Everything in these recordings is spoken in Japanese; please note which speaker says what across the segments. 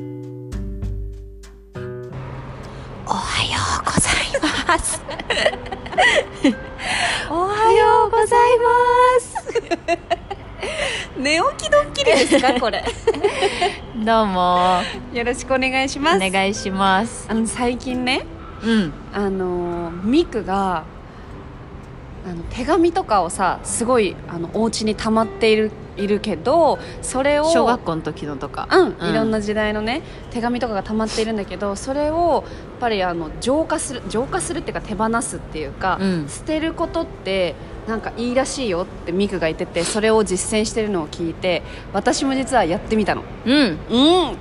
Speaker 1: ざいます。寝起きドッキリです かこれ。
Speaker 2: どうも
Speaker 1: よろしくお願いし
Speaker 2: お
Speaker 1: ます。
Speaker 2: 願いします
Speaker 1: あの最近ね、
Speaker 2: うん
Speaker 1: あのーミクがあの手紙とかをさすごいあのお家に溜まっているいるけどそれを
Speaker 2: 小学校の時のとか
Speaker 1: うん、
Speaker 2: うん
Speaker 1: いろんな時代のね手紙とかが溜まっているんだけどそれをやっぱりあの浄化する浄化するっていうか手放すっていうか、
Speaker 2: うん
Speaker 1: 捨てることってなんかいいらしいよってミクが言っててそれを実践してるのを聞いて私も実はやってみたの
Speaker 2: うん
Speaker 1: うん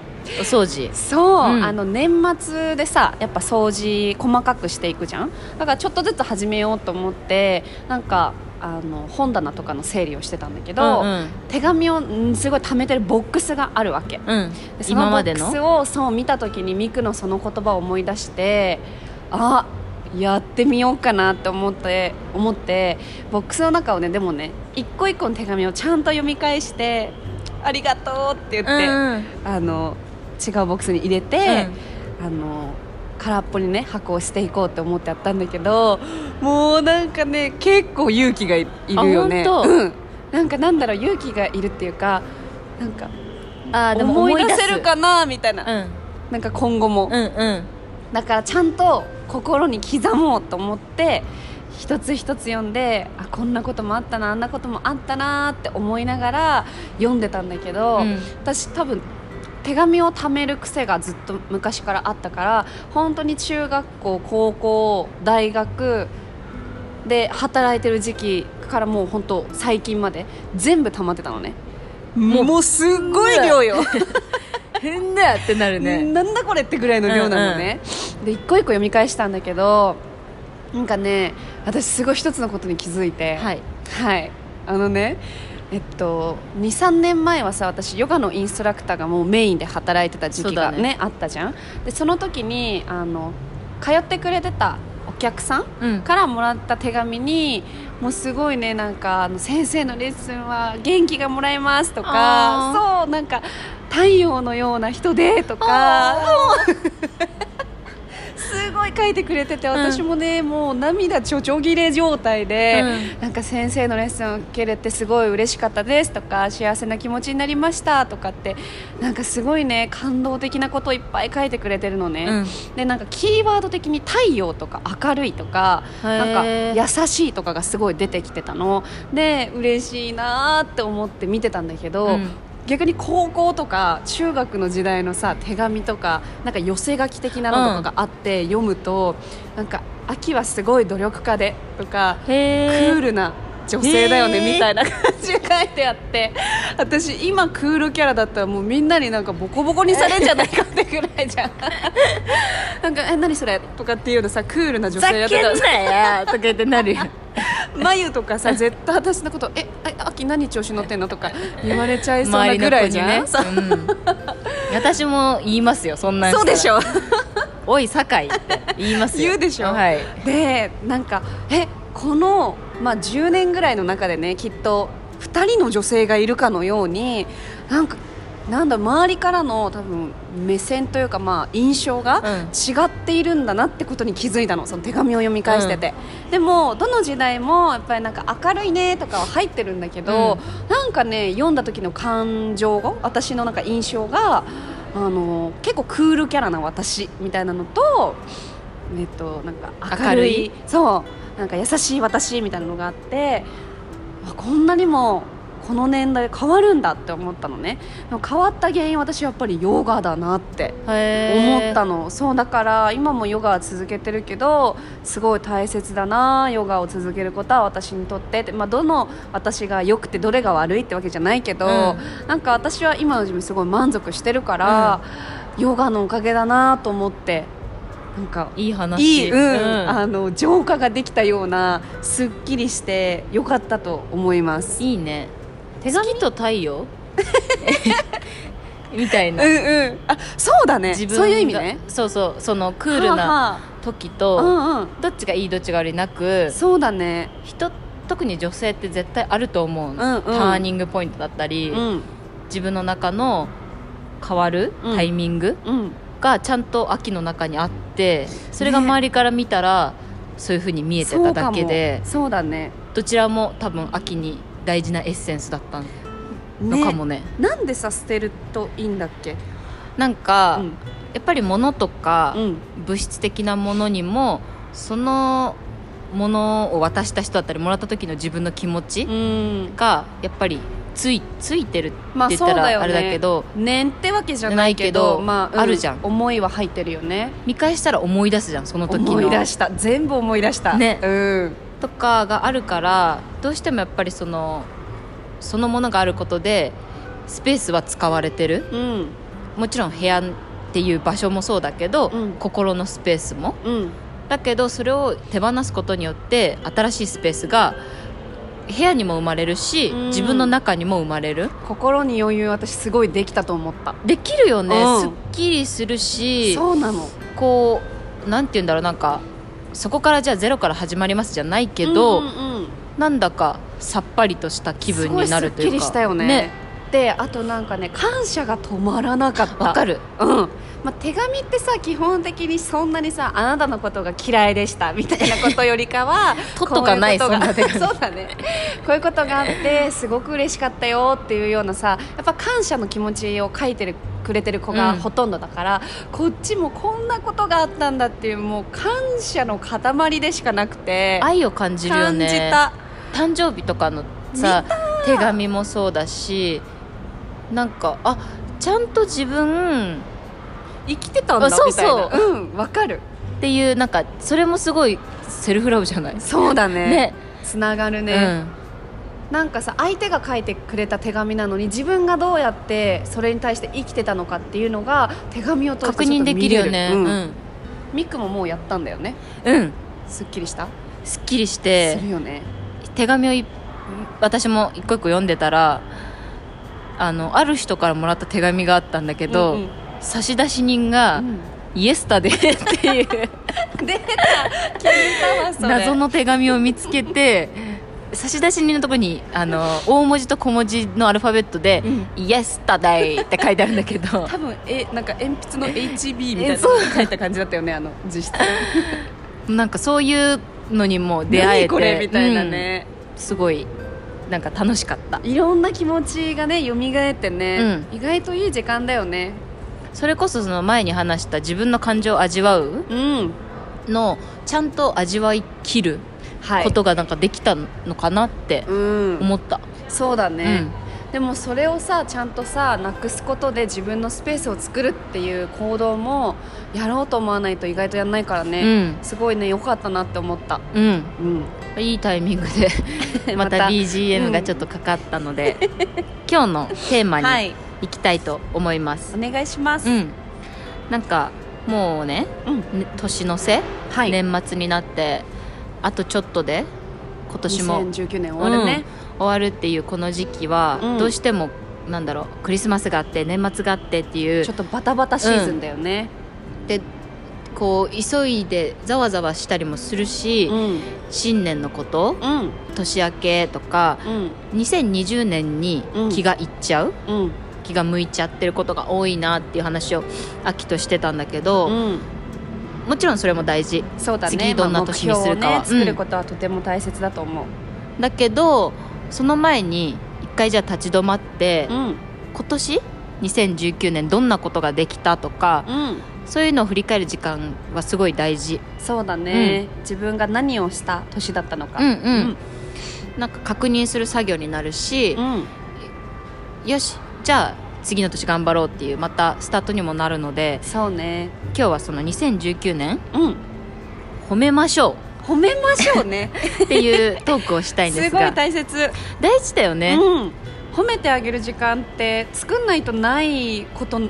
Speaker 2: お掃除
Speaker 1: そう、
Speaker 2: うん
Speaker 1: あの年末でさやっぱ掃除細かくしていくじゃんだからちょっとずつ始めようと思ってなんかあの本棚とかの整理をしてたんだけど、
Speaker 2: うん
Speaker 1: 手紙をんすごい溜めてるボックスがあるわけ
Speaker 2: うん
Speaker 1: でその
Speaker 2: 今
Speaker 1: ボ
Speaker 2: まで
Speaker 1: ックス
Speaker 2: の
Speaker 1: をそう見た時にミクのその言葉を思い出してあやってみようかなって思って思ってボックスの中をねでもね一個一個の手紙をちゃんと読み返して「ありがとう」って言って、
Speaker 2: うん
Speaker 1: あの違うボックスに入れて、あの空っぽにね箱をしていこうって思ってやったんだけどもうなんかね結構勇気がいいるよね
Speaker 2: あ本当
Speaker 1: うん、なんかなんだろう勇気がいるっていうかなんか
Speaker 2: うんあーでも
Speaker 1: 思
Speaker 2: 思
Speaker 1: い
Speaker 2: い
Speaker 1: 出
Speaker 2: 出
Speaker 1: せ
Speaker 2: せ
Speaker 1: る
Speaker 2: る
Speaker 1: かなみたいな、
Speaker 2: うん
Speaker 1: なんか今後も、
Speaker 2: うんうん
Speaker 1: だからちゃんと心に刻もうと思って一つ一つ読んであこんなこともあったなあんなこともあったなって思いながら読んでたんだけど、
Speaker 2: うん
Speaker 1: 私多分手紙を貯める癖がずっと昔からあったから本当に中学校高校大学で働いてる時期からもう本当最近まで全部溜まってたのねも
Speaker 2: も
Speaker 1: う
Speaker 2: う
Speaker 1: すっごい量よ
Speaker 2: 変だってなるね
Speaker 1: なんだこれってぐらいの量なのね、で一個一個読み返したんだけどなんかね私すごい一つのことに気づいて
Speaker 2: はい
Speaker 1: はいあのねえっと23年前はさ私ヨガのインストラクターがもうメインで働いてた時期が、
Speaker 2: そう
Speaker 1: ね
Speaker 2: だね
Speaker 1: あったじゃんでその時にあの通ってくれてたお客さん
Speaker 2: うん
Speaker 1: からもらった手紙にもうすごいねなんかあの先生のレッスンは元気がもらえますとか
Speaker 2: あ
Speaker 1: そうなんか太陽のような人でとか すごい書いてくれてて私もね、もう涙ちょちょ切れ状態で、
Speaker 2: うん
Speaker 1: なんか先生のレッスンを受けれてすごい嬉しかったですとか幸せな気持ちになりましたとかってなんかすごいね感動的なことをいっぱい書いてくれてるのね。
Speaker 2: うん
Speaker 1: でなんかキーワード的に太陽とか明るいとかなんか
Speaker 2: へー
Speaker 1: 優しいとかがすごい出てきてたので嬉しいなーって思って見てたんだけど、
Speaker 2: うん
Speaker 1: 逆に高校とか中学の時代のさ手紙とかなんか寄せ書き的なのとかがあって読むと、なんか「秋はすごい努力家で」とか
Speaker 2: へ
Speaker 1: 「ク
Speaker 2: え
Speaker 1: ールな女性だよね」
Speaker 2: へー
Speaker 1: みたいな感じが書いてあって私今クールキャラだったらもうみんなになんかボコボコにされるんじゃないかってぐらいじゃんなんか「え何それ?」とかっていうようなさクールな女
Speaker 2: ざ
Speaker 1: 性
Speaker 2: け
Speaker 1: やっ
Speaker 2: ん
Speaker 1: てたらさ
Speaker 2: なよとか言ってな るよ
Speaker 1: 眉とかさ絶対私のこと「えあ秋何調子乗ってんの?」とか言われちゃいそうなぐらいじゃん、
Speaker 2: ね
Speaker 1: そう
Speaker 2: うん私も言いますよそんなんした
Speaker 1: そう
Speaker 2: ら
Speaker 1: でしょ
Speaker 2: おい酒井って言いますよ
Speaker 1: 言うでしょ
Speaker 2: はい
Speaker 1: でなんかえこの、まあ、10年ぐらいの中でねきっと2人の女性がいるかのようになんかなんだ周りからの多分目線というか、まあ、印象が違っているんだなってことに気づいたのその手紙を読み返してて、でもどの時代もやっぱりなんか明るいねとかは入ってるんだけど、なんかね読んだ時の感情が私のなんか印象があの結構クールキャラな私みたいなのとえっと、なんか明
Speaker 2: 明
Speaker 1: る
Speaker 2: る
Speaker 1: い
Speaker 2: い
Speaker 1: そうなんか優しい私みたいなのがあってあこんなにもこの年代変わるんだって思ったのねでも変わった原因私やっぱりヨガだなって思
Speaker 2: 思
Speaker 1: ったの、そうだから今もヨガは続けてるけどすごい大切だなヨガを続けることは私にとってって、まあ、どの私が良くてどれが悪いってわけじゃないけど、
Speaker 2: う
Speaker 1: なんか私は今の自分すごい満足してるから、ヨガのおかげだなと思ってなんか
Speaker 2: いい
Speaker 1: い
Speaker 2: 話
Speaker 1: い、うん
Speaker 2: うん
Speaker 1: あの浄化ができたようなすっきりしてよかったと思います。
Speaker 2: いいね手紙と 太陽みたい
Speaker 1: うん
Speaker 2: な
Speaker 1: うん、あそうだね
Speaker 2: 自分が
Speaker 1: そういう意味ね
Speaker 2: そうそうそのクールな
Speaker 1: は
Speaker 2: 時
Speaker 1: あ
Speaker 2: と
Speaker 1: はあうん
Speaker 2: どっちがいいどっちが悪いなく
Speaker 1: うん、そうだね、
Speaker 2: 人特に女性って絶対あると思うの、
Speaker 1: うんうん
Speaker 2: ターニングポイントだったり、
Speaker 1: うん
Speaker 2: 自分の中の変わる
Speaker 1: うん
Speaker 2: タイミング
Speaker 1: うん、
Speaker 2: がちゃんと秋の中にあってそれが周りから見たらそういうふうに見えてただけで、
Speaker 1: そうかもそうだね
Speaker 2: どちらも多分秋に大事なエッセンスだったのかもね
Speaker 1: なんでさ捨てるといいんだっけ
Speaker 2: なんか、
Speaker 1: うん
Speaker 2: やっぱり物とか、
Speaker 1: うん
Speaker 2: 物質的なものにもそのものを渡した人だったりもらった時の自分の気持ち
Speaker 1: うん
Speaker 2: がやっぱりついついてるって
Speaker 1: まあ
Speaker 2: 言っ
Speaker 1: そう
Speaker 2: たら
Speaker 1: だよね
Speaker 2: あれだけど、
Speaker 1: 念ってわけじゃないけど
Speaker 2: ないけど
Speaker 1: まあう
Speaker 2: あるじゃん
Speaker 1: 思いは入ってるよね
Speaker 2: 見返したら思い出すじゃんその時の
Speaker 1: 思い出した全部思い出した
Speaker 2: ね
Speaker 1: うん
Speaker 2: とかがあるからどうしてもやっぱりそのそのものがあることでスペースは使われてる
Speaker 1: うん
Speaker 2: もちろん部屋っていう場所もそうだけど、
Speaker 1: うん
Speaker 2: 心のスペースも
Speaker 1: うん
Speaker 2: だけどそれを手放すことによって新しいスペースが部屋にも生まれるし、
Speaker 1: うん
Speaker 2: 自分の中にも生まれる
Speaker 1: 心に余裕私すごいできたと思った
Speaker 2: できるよね、
Speaker 1: うん
Speaker 2: すっきりするし
Speaker 1: そうなの
Speaker 2: こうなんて言うんだろうなんかそこからじゃあゼロから始まりますじゃないけど、
Speaker 1: うんうんうん
Speaker 2: なんだかさっぱりとした気分になるとい
Speaker 1: すごいすっき
Speaker 2: うか
Speaker 1: りしたよねであとなんかね感謝が止まらなかった
Speaker 2: わかる
Speaker 1: うんまあ、手紙ってさ基本的にそんなにさあなたのことが嫌いでしたみたいなことよりか は
Speaker 2: とっとかない
Speaker 1: こううことが
Speaker 2: そんな手 紙
Speaker 1: そうだねこういうことがあってすごく嬉しかったよっていうようなさやっぱ感謝の気持ちを書いてるくれてる子が
Speaker 2: うん
Speaker 1: ほとんどだから、こっちもこんなことがあったんだっていうもう感謝の塊でしかなくて
Speaker 2: 愛を感じるよ
Speaker 1: 感じ
Speaker 2: ね
Speaker 1: た
Speaker 2: 誕生日とかのさ手紙もそうだしなんかあちゃんと自分
Speaker 1: 生きてたんだ
Speaker 2: あそう
Speaker 1: みたい
Speaker 2: そう
Speaker 1: なうんわかる
Speaker 2: っていうなんかそれもすごいセルフラブじゃない
Speaker 1: そうだね
Speaker 2: ね
Speaker 1: つながるね、なんかさ相手が書いてくれた手紙なのに自分がどうやってそれに対して生きてたのかっていうのが手紙を
Speaker 2: うん、
Speaker 1: 通して
Speaker 2: 確認できるよね
Speaker 1: ちょっと見
Speaker 2: う
Speaker 1: れる
Speaker 2: ん、
Speaker 1: うんミクももうやったんだよね
Speaker 2: うん、
Speaker 1: すっきりした、
Speaker 2: すっきりして
Speaker 1: するよね
Speaker 2: 手紙をい私も一個一個読んでたらあのある人からもらった手紙があったんだけど、
Speaker 1: うんうん
Speaker 2: 差出人が
Speaker 1: うん
Speaker 2: 「イエスタデー」っていう
Speaker 1: 出た聞いた わそれ
Speaker 2: 謎の手紙を見つけて差出人のところにあの大文字と小文字のアルファベットで
Speaker 1: うん
Speaker 2: 「イエスタデイ」って書いてあるんだけど
Speaker 1: 多分えなんか鉛筆の HB みたい
Speaker 2: え
Speaker 1: な
Speaker 2: そ
Speaker 1: のが書いた感じだったよねあの実質
Speaker 2: なんかそういうのにも 出会えて
Speaker 1: 何これみたいなね、
Speaker 2: うんすごいなんか楽しかった
Speaker 1: いろんな気持ちがね蘇ってね、意外といい時間だよね
Speaker 2: それこそその前に話した自分の感情を味わう
Speaker 1: うん
Speaker 2: のをちゃんと味わいきる
Speaker 1: はい
Speaker 2: ことがなんかできたのかなって
Speaker 1: うん
Speaker 2: 思った、
Speaker 1: そうだね、でもそれをさちゃんとさなくすことで自分のスペースを作るっていう行動もやろうと思わないと意外とやんないから
Speaker 2: う
Speaker 1: ね、
Speaker 2: ん
Speaker 1: すごいね良かったなって思った、
Speaker 2: うん、
Speaker 1: うん、
Speaker 2: うん、いいタイミング でまた BGM がちょっとかかったので、 今日のテーマ
Speaker 1: は
Speaker 2: に
Speaker 1: い
Speaker 2: 行きたいと思います、
Speaker 1: お願いします、
Speaker 2: うんなんかもうね
Speaker 1: うん
Speaker 2: ね年の瀬、
Speaker 1: はい
Speaker 2: 年末になってあとちょっとで今年も
Speaker 1: 2019年終わるね、
Speaker 2: 終わるっていうこの時期は、
Speaker 1: うん
Speaker 2: どうしてもなんだろうクリスマスがあって年末があってっていう
Speaker 1: ちょっとバタバタシーズンだよね、
Speaker 2: でこう急いでざわざわしたりもするし、
Speaker 1: うん
Speaker 2: 新年のこと
Speaker 1: うん
Speaker 2: 年明けとか
Speaker 1: うん
Speaker 2: 2020年に
Speaker 1: うん
Speaker 2: 気がいっちゃう、
Speaker 1: うん
Speaker 2: 気が向いちゃってることが多いなっていう話を秋としてたんだけど、
Speaker 1: うん
Speaker 2: もちろんそれも大事
Speaker 1: そうだね
Speaker 2: 次どんな
Speaker 1: まあ
Speaker 2: 年にするかは
Speaker 1: 目標をね作ることはとても大切だと思う
Speaker 2: だけどその前に一回じゃあ立ち止まって、
Speaker 1: うん
Speaker 2: 今年2019年どんなことができたとか
Speaker 1: うん
Speaker 2: そういうのを振り返る時間はすごい大事、
Speaker 1: そうだね、自分が何をした年だったのか
Speaker 2: うんうんなんか確認する作業になるし、
Speaker 1: うんうん
Speaker 2: よしじゃあ次の年頑張ろうっていうまたスタートにもなるので
Speaker 1: そうね
Speaker 2: 今日はその2019年
Speaker 1: うん
Speaker 2: 褒めましょ
Speaker 1: 褒めましょう ね
Speaker 2: うっていうトークをしたいんです す
Speaker 1: ごい
Speaker 2: が
Speaker 1: 大切、
Speaker 2: 大事だよね、
Speaker 1: うん、褒めてあげる時間って作んないとないこと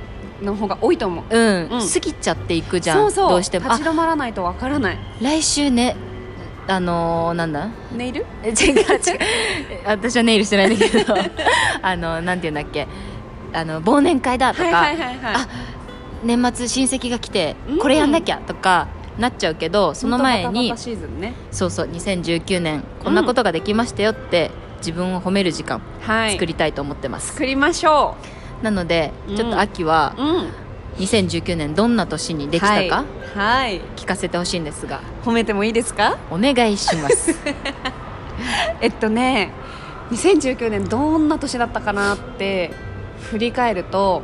Speaker 1: の方が多いと思う
Speaker 2: うん
Speaker 1: うん
Speaker 2: 過ぎちゃっていくじゃん
Speaker 1: そうそう
Speaker 2: どうしてもあ
Speaker 1: 立ち止まらないとわからない
Speaker 2: 来週ねあのーなんだ
Speaker 1: ネイル
Speaker 2: え違う 違う私はネイルしてないんだけど あのなんて言うんだっけあの忘年会だとか、
Speaker 1: はいはいはいはい
Speaker 2: あ年末親戚が来て
Speaker 1: うん
Speaker 2: これやんなきゃとかなっちゃうけどその
Speaker 1: 本
Speaker 2: 前
Speaker 1: 当バタ
Speaker 2: に
Speaker 1: バタシーズンね
Speaker 2: そうそう2019年こんなことができましたよって、自分を褒める時間
Speaker 1: はい
Speaker 2: 作
Speaker 1: 作り
Speaker 2: りたいと思ってます、
Speaker 1: ましょ
Speaker 2: なので
Speaker 1: うん
Speaker 2: ちょっと秋は
Speaker 1: ううん
Speaker 2: 2019年どんな年にできたか
Speaker 1: はい、はい、
Speaker 2: 聞かせてほしいんですが
Speaker 1: 褒めてもいいですか
Speaker 2: お願いします
Speaker 1: えっとね2019年どんな年だったかなって振り返ると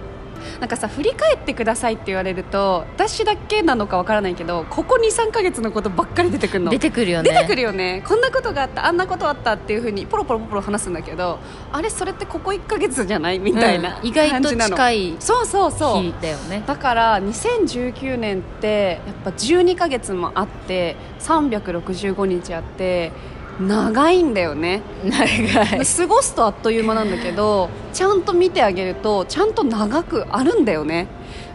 Speaker 1: なんかさ振り返ってくださいって言われると私だけなのかわからないけどここ23か月のことばっかり出てくるの
Speaker 2: 出てくるよね
Speaker 1: 出てくるよねこんなことがあったあんなことあったっていうふうにポロポロポロ話すんだけどあれそれってここ1か月じゃないみたいな
Speaker 2: うん意外と近
Speaker 1: い
Speaker 2: い
Speaker 1: そうそうそう
Speaker 2: 日だよね
Speaker 1: だから2019年ってやっぱ12ヶ月もあって365日あって長いんだよね、
Speaker 2: 長 い
Speaker 1: 過ごすとあっという間なんだけどちゃんと見てあげるとちゃんと長くあるんだよね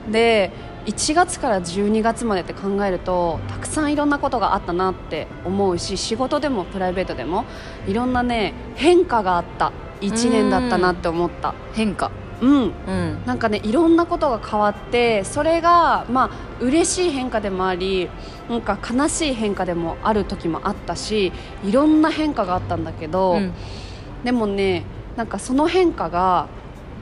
Speaker 1: で1月から12月までって考えるとたくさんいろんなことがあったなって思うし仕事でもプライベートでもいろんなね変化があった1年だったなって思った
Speaker 2: 変化
Speaker 1: うん
Speaker 2: うん
Speaker 1: なんかねいろんなことが変わってそれがまあ嬉しい変化でもありなんか悲しい変化でもある時もあったしいろんな変化があったんだけど、
Speaker 2: うん
Speaker 1: でもねなんかその変化が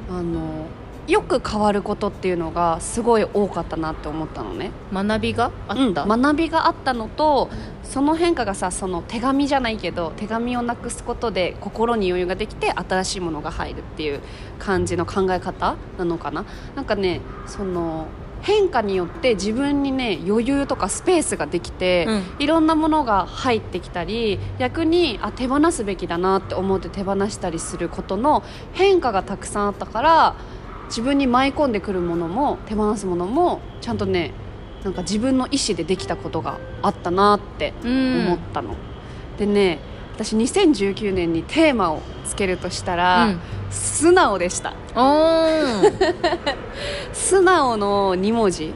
Speaker 1: あのよく変わることっていうのがすごい多かったなって思ったのね。
Speaker 2: 学びがあった、
Speaker 1: うん学びがあったのとその変化がさその手紙じゃないけど手紙をなくすことで心に余裕ができて新しいものが入るっていう感じの考え方なのかななんかねその変化によって自分にね余裕とかスペースができて、
Speaker 2: うん
Speaker 1: いろんなものが入ってきたり逆にあ手放すべきだなって思って手放したりすることの変化がたくさんあったから自分に舞い込んでくるものも手放すものもちゃんとねなんか自分の意思でできたことがあったなって
Speaker 2: うん
Speaker 1: 思ったの。でね私2019年にテーマをつけるとしたら、
Speaker 2: うん
Speaker 1: 素直でした
Speaker 2: おー
Speaker 1: 素直の2文字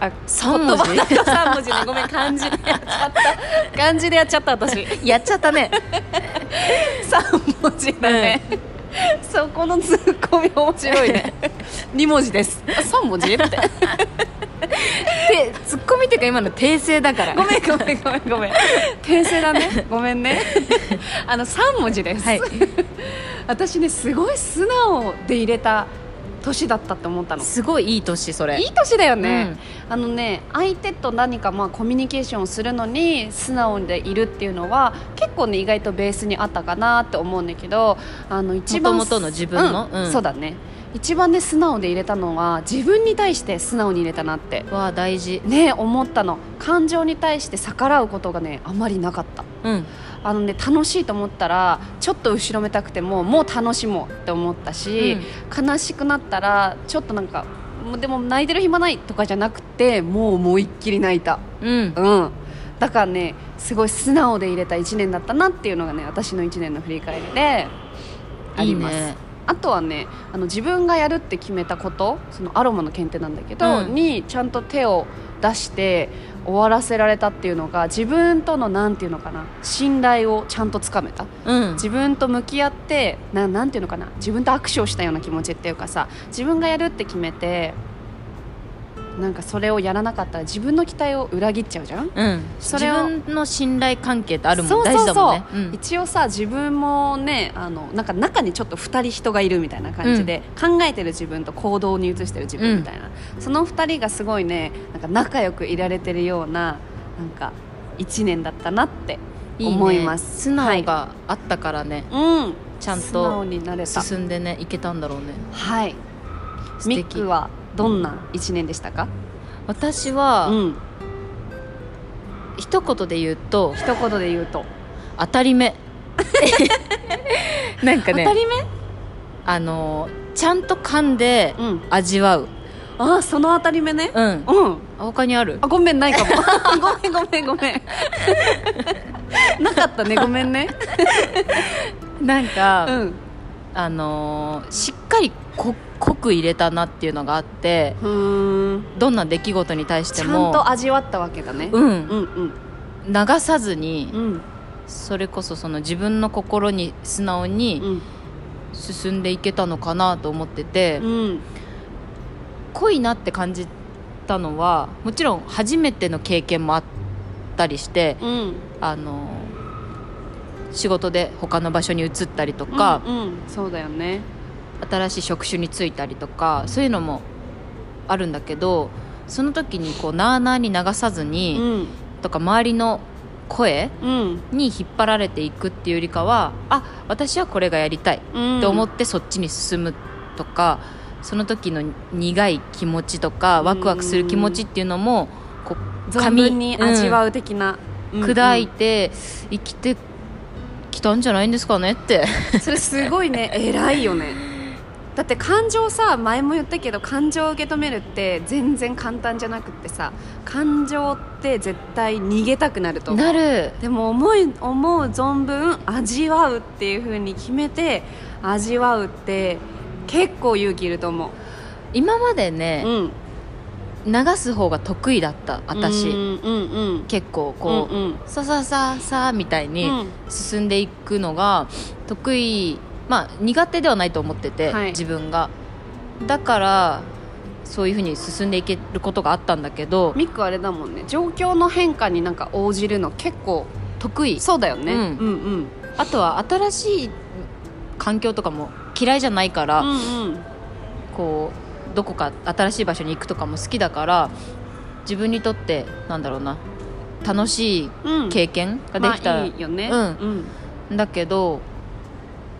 Speaker 1: あ
Speaker 2: 三文字
Speaker 1: 言葉が3文字ねごめん漢字でやっちゃ った漢字で やっちゃった私
Speaker 2: やっちゃったね
Speaker 1: 3文字だね、そこのツッコミ面白い ね2文字です3文字って
Speaker 2: でツッコミっていうか今の訂正だから
Speaker 1: ごめんごめんごめんごめん訂正だねごめんね あの3文字です、
Speaker 2: はい
Speaker 1: 私ねすごい素直で入れた年だったって思ったの
Speaker 2: すごいいい年それ
Speaker 1: いい年だよね、あのね相手と何かまあコミュニケーションをするのに素直でいるっていうのは結構ね意外とベースにあったかなって思うんだけどあの一番
Speaker 2: 元々の自分の
Speaker 1: うん
Speaker 2: うん
Speaker 1: そうだね一番ね素直で入れたのは自分に対して素直に入れたなって
Speaker 2: わあ大事
Speaker 1: ね思ったの感情に対して逆らうことがねあまりなかった
Speaker 2: うん
Speaker 1: あのね楽しいと思ったらちょっと後ろめたくてももう楽しもうって思ったし、悲しくなったらちょっとなんかもうでも泣いてる暇ないとかじゃなくてもう思いっきり泣いた
Speaker 2: うん
Speaker 1: うんだからねすごい素直で入れた1年だったなっていうのがね私の1年の振り返りであ
Speaker 2: いい
Speaker 1: ります
Speaker 2: ね
Speaker 1: あとはねあの自分がやるって決めたことそのアロマの検定なんだけど、
Speaker 2: うん
Speaker 1: にちゃんと手を出して終わらせられたっていうのが自分とのなんていうのかな信頼をちゃんとつかめた
Speaker 2: うん
Speaker 1: 自分と向き合ってななんていうのかな自分と握手をしたような気持ちっていうかさ自分がやるって決めてなんかそれをやらなかったら自分の期待を裏切っちゃうじゃん
Speaker 2: うん
Speaker 1: そ
Speaker 2: 自
Speaker 1: れを
Speaker 2: 分の信頼関係ってあるも
Speaker 1: そ
Speaker 2: ん
Speaker 1: う
Speaker 2: 大
Speaker 1: そうそ
Speaker 2: 事だ
Speaker 1: う
Speaker 2: もんねうん
Speaker 1: 一応さ自分もねあのなんか中にちょっと2人人がいるみたいな感じで、考えてる自分と行動に移してる自分みたいな、その2人がすごいねなんか仲良くいられてるようななんか1年だったなって
Speaker 2: いいね
Speaker 1: 思います
Speaker 2: 素直があったからね
Speaker 1: うん
Speaker 2: ちゃん
Speaker 1: 素直
Speaker 2: と
Speaker 1: になれた
Speaker 2: 進んでねいけたんだろうね
Speaker 1: はい
Speaker 2: 素
Speaker 1: ミッ
Speaker 2: 敵
Speaker 1: クはどんな1年でしたか
Speaker 2: 私は
Speaker 1: ん
Speaker 2: 一言で言うと
Speaker 1: 一言で言うと
Speaker 2: 当たり目なんか
Speaker 1: 当た
Speaker 2: ね
Speaker 1: り目
Speaker 2: あのーちゃんと噛んで
Speaker 1: うん
Speaker 2: 味わう
Speaker 1: ああその当たり目ね
Speaker 2: うん
Speaker 1: うん
Speaker 2: 他にある
Speaker 1: あごめんないかも ごめんごめんご めんなかったねごめんね
Speaker 2: なんか、
Speaker 1: うん
Speaker 2: あのーしっかりこ濃く入れたなっていうのがあって
Speaker 1: うん
Speaker 2: どんな出来事に対して
Speaker 1: ちゃん
Speaker 2: も
Speaker 1: と味わったわけだね
Speaker 2: う、
Speaker 1: うんんうん
Speaker 2: 流さずに、
Speaker 1: うん
Speaker 2: それこそその自分の心に素直
Speaker 1: う
Speaker 2: に
Speaker 1: ん
Speaker 2: 進んでいけたのかなと思ってて、
Speaker 1: うん
Speaker 2: 濃いなって感じたのはもちろん初めての経験もあったりして、
Speaker 1: うん
Speaker 2: あのー仕事で他の場所に移ったりとか、
Speaker 1: うんうんそうだよね
Speaker 2: 新しい職種に就いたりとかそういうのもあるんだけどその時にこうなあなあに流さず
Speaker 1: う
Speaker 2: に、
Speaker 1: ん
Speaker 2: とか周りの声
Speaker 1: うん
Speaker 2: に引っ張られていくっていうよりかはあ私はこれがやりたい
Speaker 1: うん
Speaker 2: と思ってそっちに進むとか、その時の苦い気持ちとかワクワクする気持ちっていうのもこう
Speaker 1: 存分に味わう的な、
Speaker 2: うん
Speaker 1: うん
Speaker 2: 砕いて生きてきたんじゃないんですかねって
Speaker 1: うん それすごいね偉いよねだって感情さ前も言ったけど感情を受け止めるって全然簡単じゃなくってさ感情って絶対逃げたくなると思う
Speaker 2: なる
Speaker 1: でも思い思う存分味わうっていう風に決めて味わうって結構勇気いると思
Speaker 2: 今まで
Speaker 1: う、
Speaker 2: ね、
Speaker 1: うん、
Speaker 2: 流す方が得意だった
Speaker 1: う
Speaker 2: 私
Speaker 1: んうんうん
Speaker 2: 結構こう、
Speaker 1: うんうん
Speaker 2: ささささみたいに
Speaker 1: うん
Speaker 2: 進んでいくのが得意まあ苦手ではないと思ってて、
Speaker 1: はい
Speaker 2: 自分がだからそういうふうに進んでいけることがあったんだけど
Speaker 1: ミックあれだもんね状況の変化になんか応じるの結構
Speaker 2: 得意
Speaker 1: そうだよね、
Speaker 2: うん
Speaker 1: うんうん
Speaker 2: あとは新しい環境とかも嫌いじゃないから、
Speaker 1: うんうん
Speaker 2: こうどこか新しい場所に行くとかも好きだから自分にとってなんだろうな楽しい
Speaker 1: うん
Speaker 2: 経験ができた
Speaker 1: まあ、いいよね、
Speaker 2: うん
Speaker 1: うん
Speaker 2: んだけど、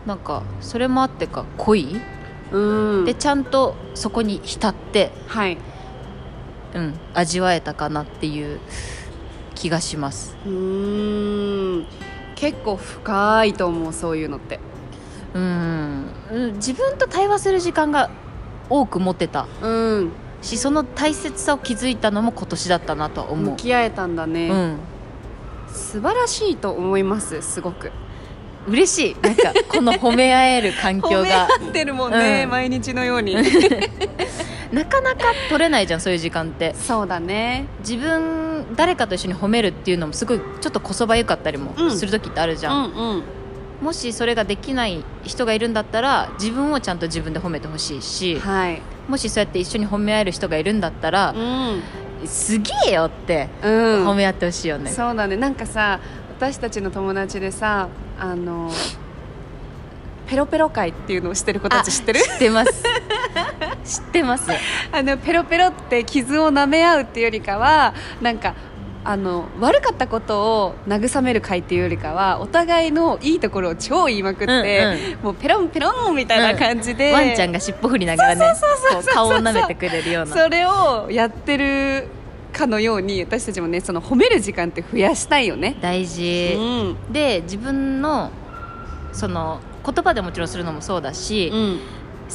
Speaker 2: なんかそれもあってか濃い、
Speaker 1: うん
Speaker 2: でちゃんとそこに浸って、
Speaker 1: はい、
Speaker 2: うん、味わえたかなっていう気がします。
Speaker 1: うーん結構深いと思うそういうのって
Speaker 2: うんうん自分と対話する時間が多く持てた
Speaker 1: うん
Speaker 2: しその大切さを気づいたのも今年だったなとは思う
Speaker 1: 向。き合えたんだね、
Speaker 2: うん
Speaker 1: 素晴らしいと思いますすごく
Speaker 2: 嬉しいなんかこの褒め合える環境が
Speaker 1: ってるも
Speaker 2: うん
Speaker 1: 毎日のように
Speaker 2: なかなか取れないじゃんそういう時間って
Speaker 1: そうだね
Speaker 2: 自分誰かと一緒に褒めるっていうのもすごいちょっとこそばゆかったりも
Speaker 1: うん
Speaker 2: する時ってあるじ
Speaker 1: う
Speaker 2: ゃん、
Speaker 1: んうん
Speaker 2: もしそれができない人がいるんだったら自分をちゃんと自分で褒めてほしいし
Speaker 1: はい
Speaker 2: もしそうやって一緒に褒め合える人がいるんだった
Speaker 1: う、
Speaker 2: ら
Speaker 1: ん
Speaker 2: すげえよって
Speaker 1: うん
Speaker 2: 褒め合ってほしいよね、
Speaker 1: そうだねなんかさ私たちの友達でさあのペロペロ会っていうのをしてる子たち知ってる
Speaker 2: 知ってます 知ってます
Speaker 1: あのペロペロって傷を舐め合うっていうよりかはなんかあの悪かったことを慰める会っていうよりかはお互いのいいところを超言いまくって、もうペロンペロンみたいな感じで、
Speaker 2: ワンちゃんが尻尾振りながらねこ
Speaker 1: うそうそう
Speaker 2: う
Speaker 1: そう
Speaker 2: 顔を舐めてくれるような
Speaker 1: それをやってるかのように私たちもねその褒める時間って増やしたいよね。
Speaker 2: 大事、
Speaker 1: うん
Speaker 2: で自分のその言葉でもちろんするのもそうだし、
Speaker 1: うん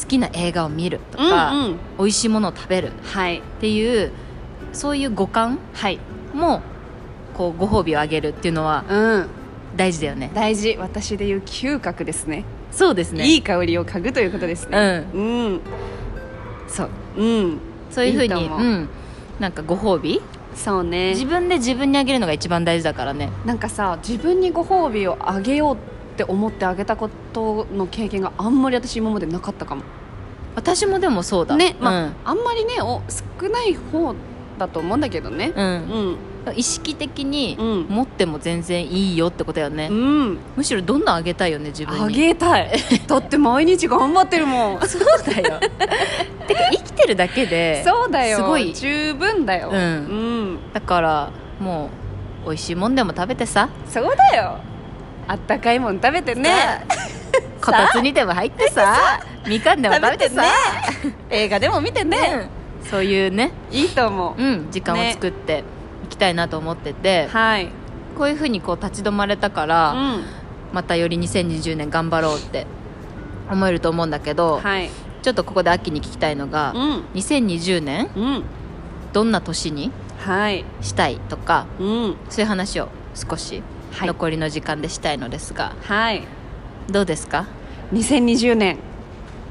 Speaker 2: 好きな映画を見ると
Speaker 1: うん
Speaker 2: か、
Speaker 1: うん
Speaker 2: 美味しいものを食べるっ
Speaker 1: はい
Speaker 2: ていうそういう五感
Speaker 1: はい
Speaker 2: もこうご褒美をあげるっていうのは
Speaker 1: うん
Speaker 2: 大事だよね
Speaker 1: 大事私でいう嗅覚ですね
Speaker 2: そうですね
Speaker 1: いい香りを嗅ぐということです
Speaker 2: う
Speaker 1: ね
Speaker 2: ん、
Speaker 1: うん
Speaker 2: そう
Speaker 1: うん
Speaker 2: そういうふう
Speaker 1: いいと
Speaker 2: に
Speaker 1: 思う
Speaker 2: うん、なんかご褒美
Speaker 1: そうね
Speaker 2: 自分で自分にあげるのが一番大事だからね
Speaker 1: なんかさ自分にご褒美をあげようって思ってあげたことの経験があんまり私今までなかったかも
Speaker 2: 私もでもそうだ
Speaker 1: ねまあんまりねお少ない方だと思うんだけどね
Speaker 2: うんうん
Speaker 1: うん
Speaker 2: 意識的に
Speaker 1: うん
Speaker 2: 持っても全然いいよってことよね、
Speaker 1: うん
Speaker 2: むしろどんどんあげたいよね自分に
Speaker 1: あげた いだって毎日頑張ってるもん
Speaker 2: そう だよてか生きてるだけで
Speaker 1: そうだよ
Speaker 2: すごい
Speaker 1: 十分だよ
Speaker 2: うん
Speaker 1: ん
Speaker 2: だからもう美味しいもんでも食べてさ
Speaker 1: そうだよあったかいもん食べてね
Speaker 2: こたつにでも入ってさみかんでも食べてさ
Speaker 1: 映画でも見てね、
Speaker 2: うんそういうね、
Speaker 1: いいと思う、
Speaker 2: うん、時間を作っていきたいなと思ってて、
Speaker 1: はい、
Speaker 2: こういうふうにこう立ち止まれたから、またより2020年頑張ろうって思えると思うんだけ
Speaker 1: う
Speaker 2: ど、
Speaker 1: んはい
Speaker 2: ちょっとここで秋に聞きたいのが、
Speaker 1: うん
Speaker 2: 2020年
Speaker 1: うん
Speaker 2: どんな年に
Speaker 1: はい
Speaker 2: したいとか
Speaker 1: うん
Speaker 2: そういう話を少し
Speaker 1: はい
Speaker 2: 残りの時間でしたいのですが、
Speaker 1: はい
Speaker 2: どうですか
Speaker 1: 2020年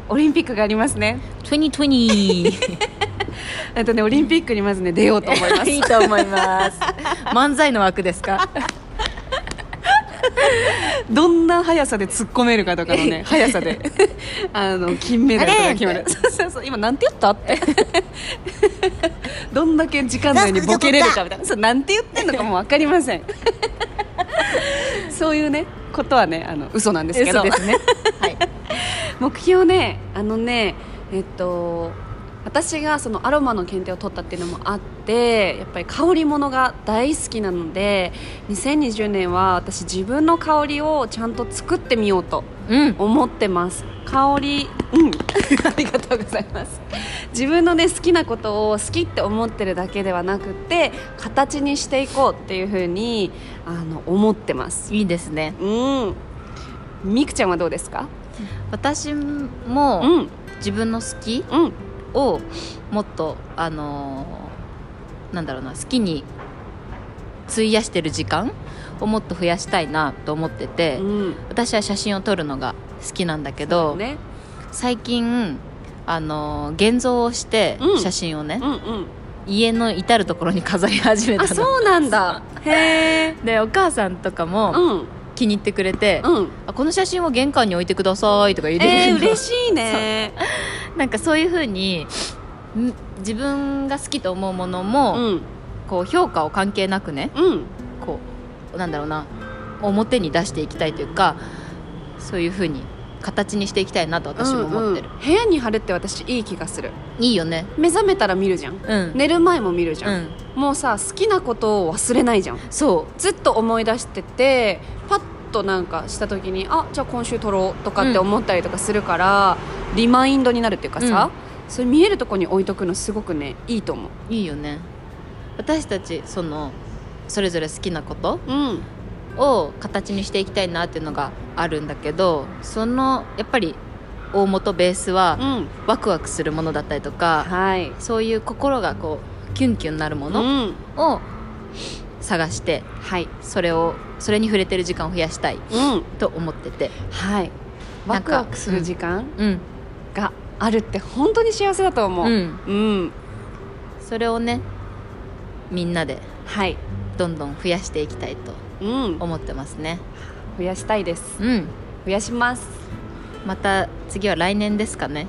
Speaker 1: オリンピックがありますね
Speaker 2: 2020
Speaker 1: えっとねオリンピックにまずね出ようと思います
Speaker 2: いいと 思います 漫才の枠ですか
Speaker 1: どんな速さで突っ込めるかとかの ね速さであの金メダルとか決ま
Speaker 2: あ
Speaker 1: る
Speaker 2: れ
Speaker 1: そうそうそう今なんて言ったって どんだけ時間内にボケれるかみたいなそうなんて言ってんのかもう分かりま せんそういうねことはねあの嘘なん ですけど
Speaker 2: ね、はい、
Speaker 1: 目標ねあのねえっと私がそのアロマの検定を取ったっていうのもあってやっぱり香り物が大好きなので2020年は私自分の香りをちゃんと作ってみようと
Speaker 2: うん
Speaker 1: 思ってます香りうん ありがとうございます自分のね好きなことを好きって思ってるだけではなくて形にしていこうっていうふうにあの思ってます
Speaker 2: いいですね
Speaker 1: うんみくちゃんはどうですか
Speaker 2: 私
Speaker 1: う
Speaker 2: も
Speaker 1: ん
Speaker 2: 自分の好き
Speaker 1: うん
Speaker 2: をもっとあのーなんだろうな好きに費やしてる時間をもっと増やしたいなと思ってて、
Speaker 1: うん
Speaker 2: 私は写真を撮るのが好きなんだけど、
Speaker 1: ね
Speaker 2: 最近あのー現像をして
Speaker 1: うん
Speaker 2: 写真をね、
Speaker 1: うんうん
Speaker 2: 家の至る所に飾り始めた
Speaker 1: あ
Speaker 2: の
Speaker 1: そうなんだへえ
Speaker 2: でお母さんとか
Speaker 1: う
Speaker 2: も
Speaker 1: ん
Speaker 2: 気に入ってくれて、
Speaker 1: うん
Speaker 2: あこの写真を玄関に置いてくださいとか言って、
Speaker 1: えー、嬉しいね
Speaker 2: なんかそういうふうにん自分が好きと思うもの
Speaker 1: う
Speaker 2: も、
Speaker 1: ん
Speaker 2: こう評価を関係なくね
Speaker 1: うん
Speaker 2: こうなんだろうな表に出していきたいというかそういうふうに形にしていきたいなと私も思ってる、
Speaker 1: うんうん部屋に貼るって私いい気がする
Speaker 2: いいよね
Speaker 1: 目覚めたら見るじゃん
Speaker 2: うん、
Speaker 1: 寝る前も見るじ
Speaker 2: う
Speaker 1: ゃん、
Speaker 2: ん、
Speaker 1: もうさ好きなことを忘れないじゃん
Speaker 2: そ
Speaker 1: ずっと思い出しててパッとなんかした時にあじゃあ今週撮ろうとかって思ったりとかするから、リマインドになるっていうかさ、それ見えるとこに置いとくのすごくねいいと思う
Speaker 2: ういいよね私たちそのそれぞれ好きなこと
Speaker 1: うん
Speaker 2: を形にしていきたいなっていうのがあるんだけどそのやっぱり大元ベースは
Speaker 1: うん
Speaker 2: ワクワクするものだったりとか
Speaker 1: はい
Speaker 2: そういう心がこうキュンキュンなるも
Speaker 1: う
Speaker 2: の
Speaker 1: ん
Speaker 2: を探して
Speaker 1: はい
Speaker 2: それをそれに触れてる時間を増やしたい
Speaker 1: うん
Speaker 2: と思ってて
Speaker 1: はい
Speaker 2: な
Speaker 1: ワ
Speaker 2: んか
Speaker 1: クワクする時間
Speaker 2: うん、
Speaker 1: があるって本当に幸せだと思
Speaker 2: う
Speaker 1: う、
Speaker 2: ん、
Speaker 1: うん、
Speaker 2: それをねみんなで
Speaker 1: はい
Speaker 2: どんどん増やしていきたいと
Speaker 1: うん
Speaker 2: 思ってますね
Speaker 1: 増やしたいです
Speaker 2: うん
Speaker 1: 増やします
Speaker 2: また次は来年ですかね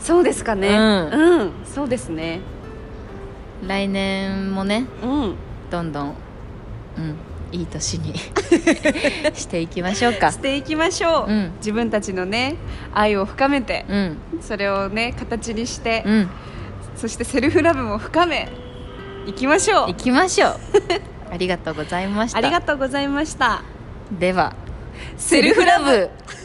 Speaker 1: そうですかね
Speaker 2: うん
Speaker 1: うん、そうですね
Speaker 2: 来年もね
Speaker 1: うん
Speaker 2: どんどん、うん、いい年 にしていきましょうか
Speaker 1: し。ていきましょう、
Speaker 2: うん、
Speaker 1: 自分たちのね愛を深めて、
Speaker 2: うん、
Speaker 1: それをね形にして、
Speaker 2: うん、
Speaker 1: そしてセルフラブも深めいきましょう
Speaker 2: 行きましょう。ありがとうございました。
Speaker 1: ありがとうございました
Speaker 2: では、
Speaker 1: セルフラブ
Speaker 2: ブ。